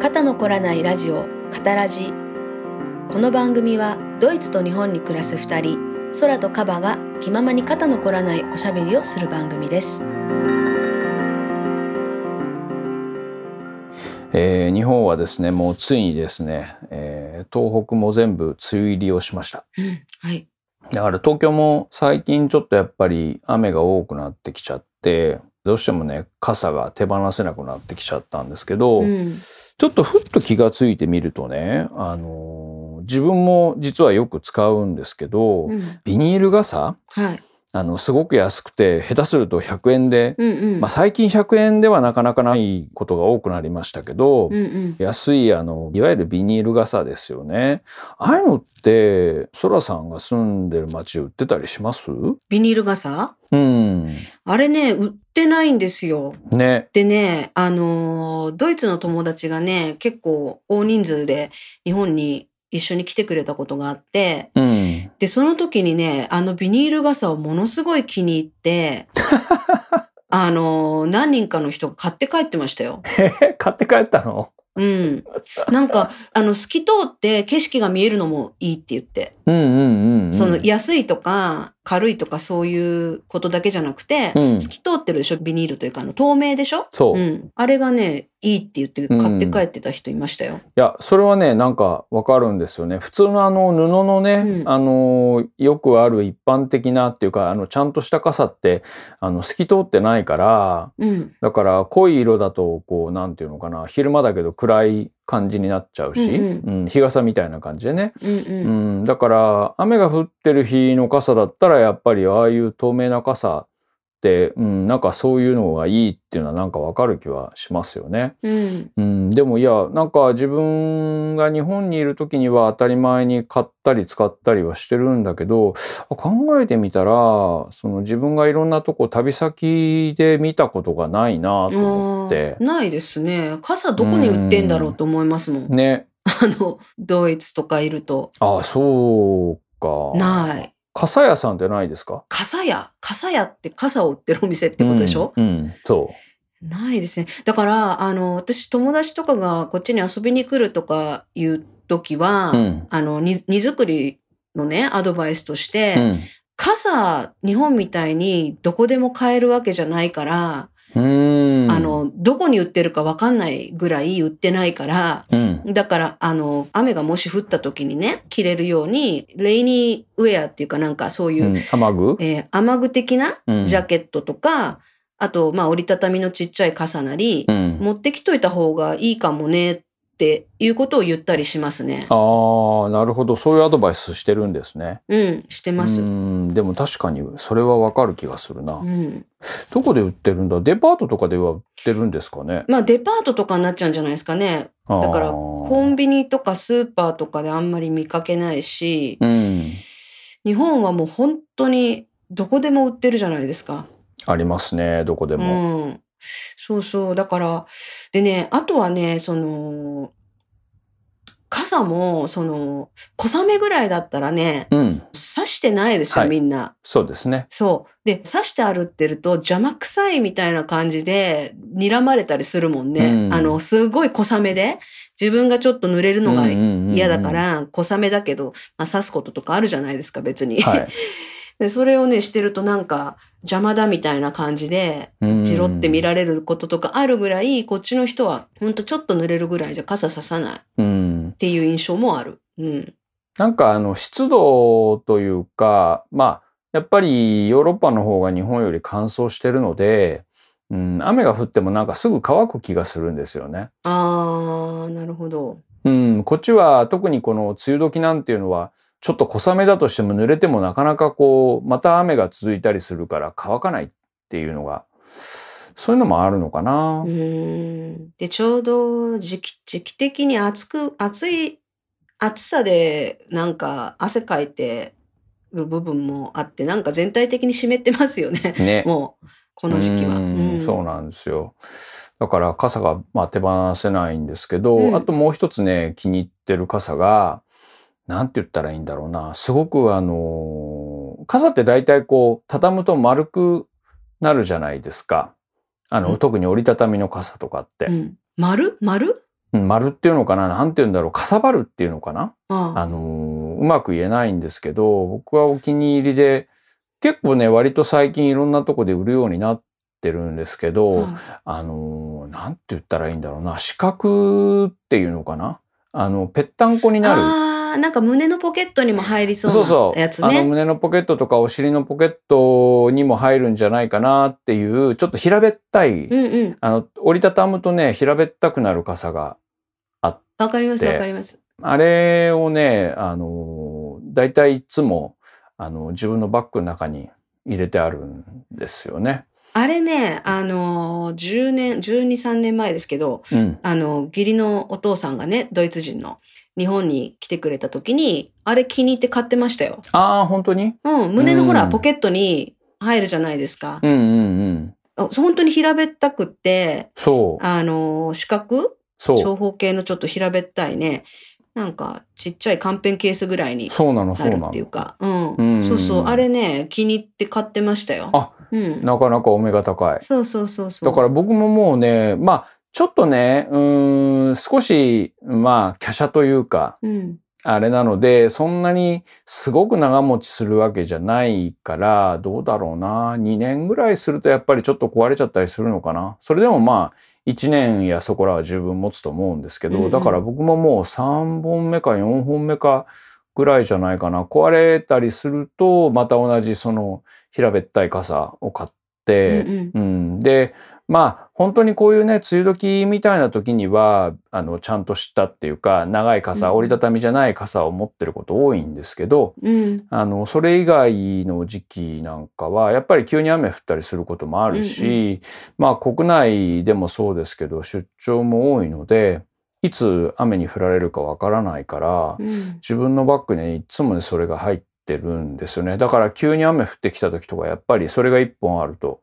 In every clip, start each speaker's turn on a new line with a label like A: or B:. A: 肩のこらないラジオ肩ラジこの番組はドイツと日本に暮らす2人空とカバが気ままに肩のこらないおしゃべりをする番組です
B: えー日本はですねもうついにですね、えー東北も全部梅雨入りをしました
A: はい
B: だから東京も最近ちょっとやっぱり雨が多くなってきちゃってどうしてもね傘が手放せなくなってきちゃったんですけど、
A: うん
B: ちょっとふっと気がついてみるとね、あのー自分も実はよく使うんですけど、
A: うん
B: ビニール傘
A: はい
B: あのすごく安くて下手すると100円で、
A: うんうん
B: まあ、最近100円ではなかなかないことが多くなりましたけど、
A: うんうん
B: 安いあのいわゆるビニール傘ですよねああいうのってそらさんが住んでる町売ってたりします
A: ビニール傘
B: うん
A: あれね売ってないんですよ
B: ね
A: でね、あのードイツの友達がね、結構大人数で日本に一緒に来てくれたことがあって、
B: うん
A: で、その時にね、あのビニール傘をものすごい気に入って、 あのー何人かの人が買って帰ってましたよ。
B: え買って帰ったの
A: うん。なんか、あの、透き通って景色が見えるのもいいって言って、
B: うんうんうん、うん、
A: その安いとか軽いとかそういうことだけじゃなくて、
B: うん
A: 透き通ってるでしょ、ビニールというか、あの透明でしょ
B: そう、
A: う
B: い
A: ん、あれがねいいって言って
B: ん
A: 買って帰ってた人いましたよ。
B: やそれはねなんかわかるんですよね普通のあの布のね、
A: うん
B: あのよくある一般的なっていうかあのちゃんとした傘ってあの透き通ってないから
A: うん
B: だから濃い色だとこうなんていうのかな昼間だけど暗い感じになっちゃうし、
A: うん
B: うん日傘みたいな感じでね、
A: うん
B: う
A: うん
B: ん、だから雨が降ってる日の傘だったらやっぱりああいう透明な傘って、うん、なんかそういうのがいいっていうのはなんかわかる気はしますよね。
A: うん
B: うん、でもいやなんか自分が日本にいる時には当たり前に買ったり使ったりはしてるんだけどあ考えてみたらその自分がいろんなとこ旅先で見たことがないなと思って
A: あーないですね傘どこに売ってんだろうと思いますもん、
B: ね
A: あのドイツとかいると
B: あそうか
A: ない
B: 傘屋さんってないですか
A: 傘屋傘屋って傘を売ってるお店ってことでしょ、
B: うん、うんそ
A: ないですねだからあの私友達とかがこっちに遊びに来るとかいう時は、
B: う、うん
A: あの荷荷造りのねアドバイスとして、
B: うん
A: 傘日本みたいにどこでも買えるわけじゃないから
B: うーん、
A: あの、どこに売ってるか分かんないぐらい売ってないから、
B: うん、
A: だから、あの、雨がもし降った時にね、着れるように、レイニーウェアっていうかなんかそういうう、
B: ん、雨具、
A: えー雨具的な
B: うん、
A: ジャケットとか、あと、まあ、折りたたみのちっちゃい傘なり、
B: うん、
A: 持ってきといた方がいいかもねっていうことを言ったりしますね。
B: ああなるほどそういうアドバイスしてるんですね。
A: うん、してます。
B: う
A: うん。
B: んでも確かにそれはわかる気がするな、どこで売ってるんだデパートとかでは売ってるんですかね
A: まあ、デパートとかになっちゃうんじゃないですかね。だからコ
B: コ
A: ンビニとかスーパーとかであんまり見かけないし、
B: うん
A: 日本はもう本当にどこでも売ってるじゃないですか。
B: ありますねどこで
A: う
B: も、
A: ん。そうそう。だから、でね、あとはね、その、傘も、その、小雨ぐらいだったらね、
B: うん
A: 刺してないですよ、
B: はい
A: みんな。
B: そうですね
A: そう。で、刺して歩ってると邪魔くさいみたいな感じで睨まれたりするもんね。
B: うん
A: あの、すごい小雨で、自分がちょっと濡れるのが嫌だか、ら、小雨だけど、まあ、刺すこととかあるじゃないですか、別に。
B: うんうんうんはい
A: でそれをねしてるとなんか邪魔だみたいな感じで
B: うん
A: じろって見られることとかあるぐらい、こっちの人はほんとちょっと濡れるぐらいじゃ傘ささないっ
B: うん
A: ていう印象もある。うん。
B: なんかあの湿度というかまあやっぱりヨーロッパの方が日本より乾燥してるので、うん、雨が降ってもなんかすぐ乾く気がするんですよね。
A: あーなるほど。
B: うん、こっちは特にこの梅雨時なんていうのはちょっと小雨だとしても濡れてもなかなかこうまた雨が続いたりするから乾かないっていうのがそういうのもあるのかな
A: う。ーん。でちょうど時期時期的に暑く暑い暑さでなんか汗かいてる部分もあってなんか全体的に湿ってますよね。
B: ね。
A: もうこの時期は。
B: うん
A: うん
B: そうなんですよ。だから傘がまあ手放せないんですけど、
A: うん
B: あともう一つね気に入ってる傘がなんて言ったらいいんだろうなすごくあのー傘って大体こう畳むと丸くなるじゃないですか。あの、
A: うん
B: 特に折りたたみの傘とかって。
A: うん。丸丸
B: うん丸っていうのかななんて言うんだろう、かさばるっていうのかな
A: あ
B: あのーうまく言えないんですけど、僕はお気に入りで、結構ね、割と最近いろんなとこで売るようになってるんですけど、
A: あ
B: あのーなんて言ったらいいんだろうな、四角っていうのかなあの、ぺったんこになる。
A: あーなんか胸のポケットにも入り
B: そう
A: そ
B: そうう。
A: なやつ
B: あの
A: ね。
B: 胸のポケットとかお尻のポケットにも入るんじゃないかなっていう、ちょっと平べったい、
A: うんうん。
B: あの、折りたたむとね、平べったくなる傘が、
A: わかります
B: で
A: わかります。
B: あれをね、あの、大体いつも、あの、自分のバッグの中に入れてあるんですよね。
A: あれね、あのー、10年、12、3年前ですけど、
B: うん。
A: あの、義理のお父さんがね、ドイツ人の、日本に来てくれた時に、あれ気に入って買ってましたよ。
B: ああ、本当に
A: うん、胸のほら、
B: うん
A: ポケットに入るじゃないですか。
B: うんうんうん。
A: あ本当に平べったくって、
B: そう。
A: あのー、四角
B: そ
A: 長方形のちょっと平べったいね、なんかちっちゃい缶ペンケースぐらいに
B: う。そうなの、そ
A: な
B: うな
A: る
B: の
A: っ。ていうか、うん、
B: うん
A: そうそう、あれね、気に入って買ってましたよ。
B: あ
A: うん。
B: なかなかお目が高い。
A: そうそうそうそう。
B: だから僕ももうね、まあ、ちょっとね、うーん、少し、まあ、華奢というか、
A: うん、
B: あれなので、そんなにすごく長持ちするわけじゃないから、どうだろうな。2年ぐらいするとやっぱりちょっと壊れちゃったりするのかな。それでもまあ、1年やそこらは十分持つと思うんですけど、
A: うんうん
B: だから僕ももう3本目か4本目かぐらいじゃないかな。壊れたりすると、また同じその平べったい傘を買って、
A: うんうん
B: うん、でまあ本当にこういうね梅雨時みたいな時にはあのちゃんとしたっていうか長い傘、
A: うん
B: 折りたたみじゃない傘を持ってること多いんですけど
A: うん、
B: あのそれ以外の時期なんかはやっぱり急に雨降ったりすることもあるし、
A: うん
B: まあ国内でもそうですけど出張も多いのでいつ雨に降られるかわからないから、
A: うん。
B: 自分のバッグにいつもねそれが入ってるんですよねだから急に雨降ってきた時とかやっぱりそれが一本あると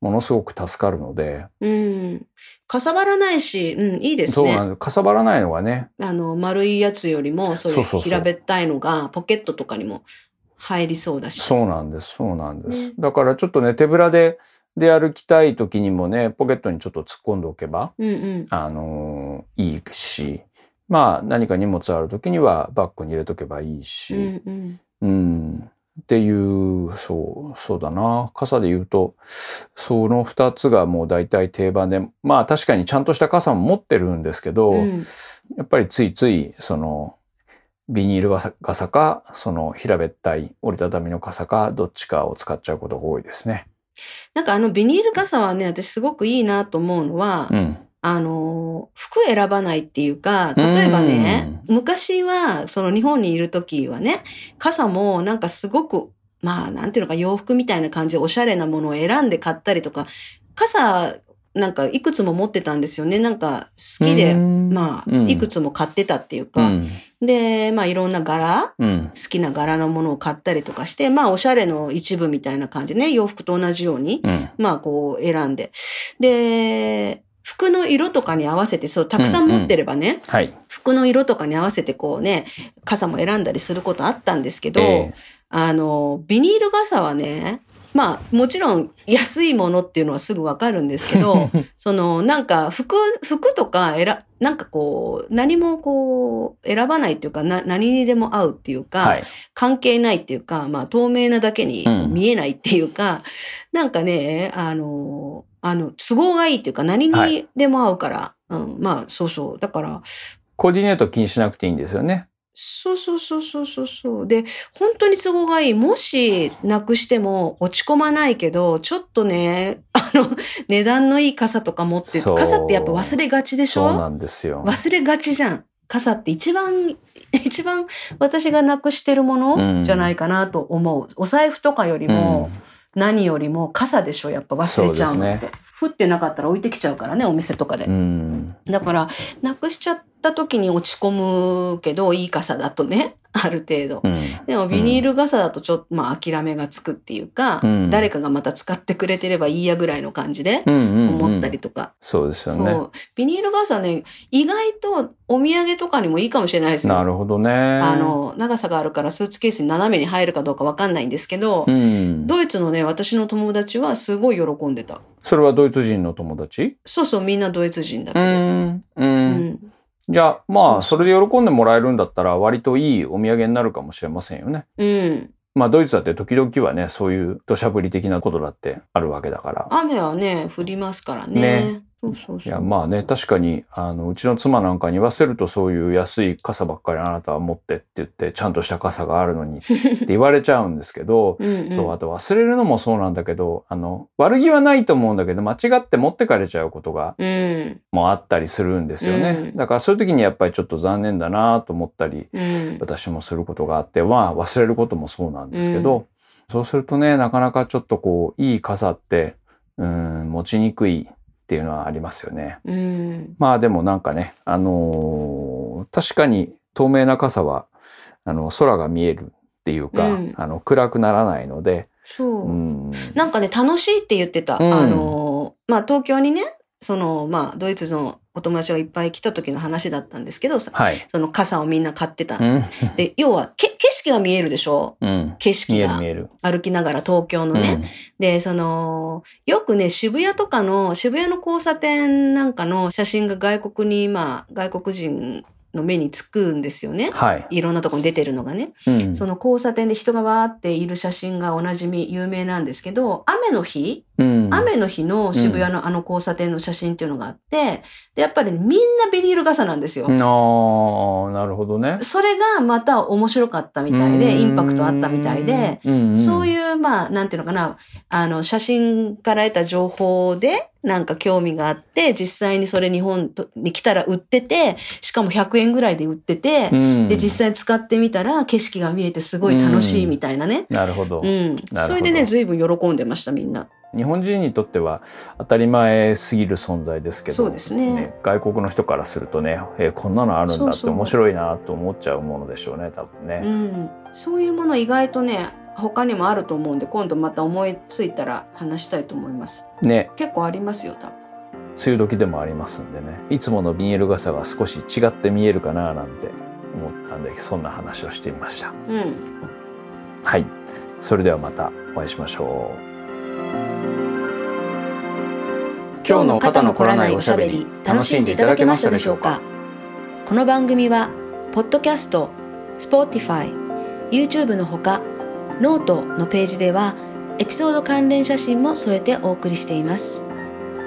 B: ものすごく助かるので
A: うん。かさばらないし、うん、いいです
B: そうな
A: ね。
B: んですかさばらないのがね
A: あの、丸いやつよりも、そうい
B: そううそうそう
A: 平べったいのが、ポケットとかにも入りそうだし。
B: そうなんですそうなんです、
A: ね
B: だからちょっとね手ぶらでで歩きたい時にもねポケットにちょっと突っ込んでおけば
A: うんうん。
B: あのーいいしまあ何か荷物ある時にはバッグに入れとけばいいし、
A: うんうん。
B: うん。っていう、そう、そうだな。傘で言うと、その二つがもう大体定番で、まあ確かにちゃんとした傘も持ってるんですけど、
A: うん
B: やっぱりついつい、その、ビニール傘傘か、その平べったい折りたたみの傘か、どっちかを使っちゃうことが多いですね。
A: なんかあのビニール傘はね、私すごくいいなと思うのは、
B: うん。
A: あの、服選ばないっていうか、例えばね、昔は、その日本にいる時はね、傘もなんかすごく、まあ、なんていうのか、洋服みたいな感じでおしゃれなものを選んで買ったりとか、傘、なんかいくつも持ってたんですよね。なんか好きで、まあ、いく
B: つ
A: つも買ってたっていう
B: か。う
A: か、
B: ん。
A: で、まあ、いろんな柄
B: うん。
A: 好きな柄のものを買ったりとかして、まあ、おしゃれの一部みたいな感じね、洋服と同じように
B: うん。
A: まあこう選んで。で、服の色とかに合わせて、そう、たくさん持ってればね、
B: はい。
A: 服の色とかに合わせてこうね、傘も選んだりすることあったんですけど、
B: え
A: あの、ビニール傘はね、まあもちろん安いものっていうのはすぐわかるんですけ ど、そのなんか服、服とか選、なんかこう、何もこう、選ばないっていうか、な何にでも合うっていう
B: え
A: か、
B: はい。
A: 関係ないっていうか、まあ透明なだけに
B: うん
A: 見えないっていうか、なんかね、あの、あの、都合がいいっていうか何
B: は
A: に
B: い
A: でも合うから、うん、まあそうそう。だから、
B: コーディネート気にしなくていいんですよね。
A: そうそうそうそうそうそう。で、本当に都合がいい。もしなくしても落ち込まないけど、ちょっとね、あの、値段のいい傘とか持ってる
B: そ
A: と、
B: う
A: 傘ってやっぱ忘れがちでし
B: そう
A: ょ
B: なんですよ。
A: 忘れがちじゃん。傘って一番、 一番私がなくしてるものじゃないかなと思う。お財布とかよりも、何よりも傘でしょやっぱ忘れちゃうの
B: そう
A: っ
B: で
A: て、降ってなかったら置いてきちゃうからねお店とかで、
B: うん。うん
A: だからなくしちゃった時に落ち込むけどいい傘だとね ある程度、
B: うん
A: でもビニール傘だとちょっと、まあ諦めがつくっていうか、
B: うん
A: 誰かがまた使ってくれてればいいやぐらいの感じで
B: うんうんうん
A: 思ったりとか、
B: そうですよね
A: そうビニール傘ね意外とお土産とかにもいいかもしれないですよ
B: なるほどね
A: あ
B: あ、
A: の長さがあるからスーツケースに斜めに入るかどうかわかんないんですけど、
B: うん、
A: ドイツのね、私の友達はすごい喜んでた。
B: それはドイツ人の友達
A: そうそう、みんなドイツ人だけ
B: う
A: ど。
B: んう、
A: うんん
B: じゃあまあそれで喜んでもらえるんだったら割といいお土産になるかもしれませんよね。
A: うん。
B: まあドイツだって時々はねそういう土砂降り的なことだってあるわけだから。
A: 雨はね、降りますからね。
B: ね
A: そうそう
B: い
A: そう。
B: やまあね確かにあのうちの妻なんかに言わせるとそういう安い傘ばっかりあなたは持ってって言ってちゃんとした傘があるのにって言われちゃうんですけど
A: うんうん、
B: そうあと忘れるのもそうなんだけどあの悪気はないと思うんだけど間違って持ってかれちゃうことが
A: うん。
B: もあったりするんですよね、
A: うん
B: だからそういう時にやっぱりちょっと残念だなと思ったり
A: うん。
B: 私もすることがあってまあ忘れることもそうなんですけど、
A: う
B: そうするとねなかなかちょっとこういい傘ってうん持ちにくいっていうのはありますよね。
A: うん。
B: まあでもなんかねあのー確かに透明な傘はあの空が見えるっていうか、
A: うん
B: あの暗くならないので、
A: そう。
B: うん、
A: なんかね、楽しいって言ってた。
B: うん
A: あの、まあ、東京にね、その、まあ、ドイツのお友達がいっぱい来た時の話だったんですけど、さ
B: はい、
A: その傘をみんな買ってた
B: う。ん
A: で、要は、け、景色が見えるでしょ
B: うん、
A: 景色
B: 見える
A: が
B: 見える。
A: 歩きながら東京のね。で、その、よくね、渋谷とかの、渋谷の交差点なんかの写真が外国に、まあ、外国人の目につくんですよね
B: うん、。はい、
A: いろんなとこに出てるのがね。
B: うん
A: その交差点で人がわーっている写真がおなじみ有名なんですけど、雨の日、
B: うん、
A: 雨の日の渋谷のあの交差点の写真っていうのがあって、で、やっぱりみんなビニール傘なんですよ。
B: ああなるほどね。
A: それがまた面白かったみたいで、インパクトあったみたいで、そう
B: う
A: いう、まあ、なんていうのかな、あの、写真から得た情報で、なんか興味があって、実際にそれ日本とに来たら売ってて、しかも100円ぐらいで売ってて、
B: ん
A: で、実際使ってみたら景色が見えてすごい楽しいみたいなね。
B: なるほど、
A: うん。
B: なるほど
A: それでね、ずいぶん喜んでました、みんな。
B: 日本人にとっては当たり前すぎる存在ですけど
A: そうですね
B: 外国の人からするとね、えーこんなのあるん
A: そ
B: だ
A: う
B: って
A: そう
B: 面白いなと思っちゃうものでしょうね多分
A: う
B: ね。
A: ん。そういうもの意外とね、他にもあると思うんで、今度また思いついたら話したいと思います。
B: ね
A: 結構ありますよ、多分。
B: 梅雨時でもありますんでねいつものビニール傘が少し違って見えるかななんて思ったんでそんな話をしてみました。
A: うん。
B: はいそれではまたお会いしましょう。
A: 今日の肩の凝らないおしゃべり楽しんでいただけましたでしょうかこの番組はポッドキャスト、Spotify、YouTube のほかノートのページではエピソード関連写真も添えてお送りしています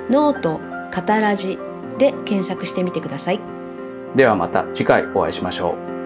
A: ノート、カタラジで検索してみてください
B: ではまた次回お会いしましょう。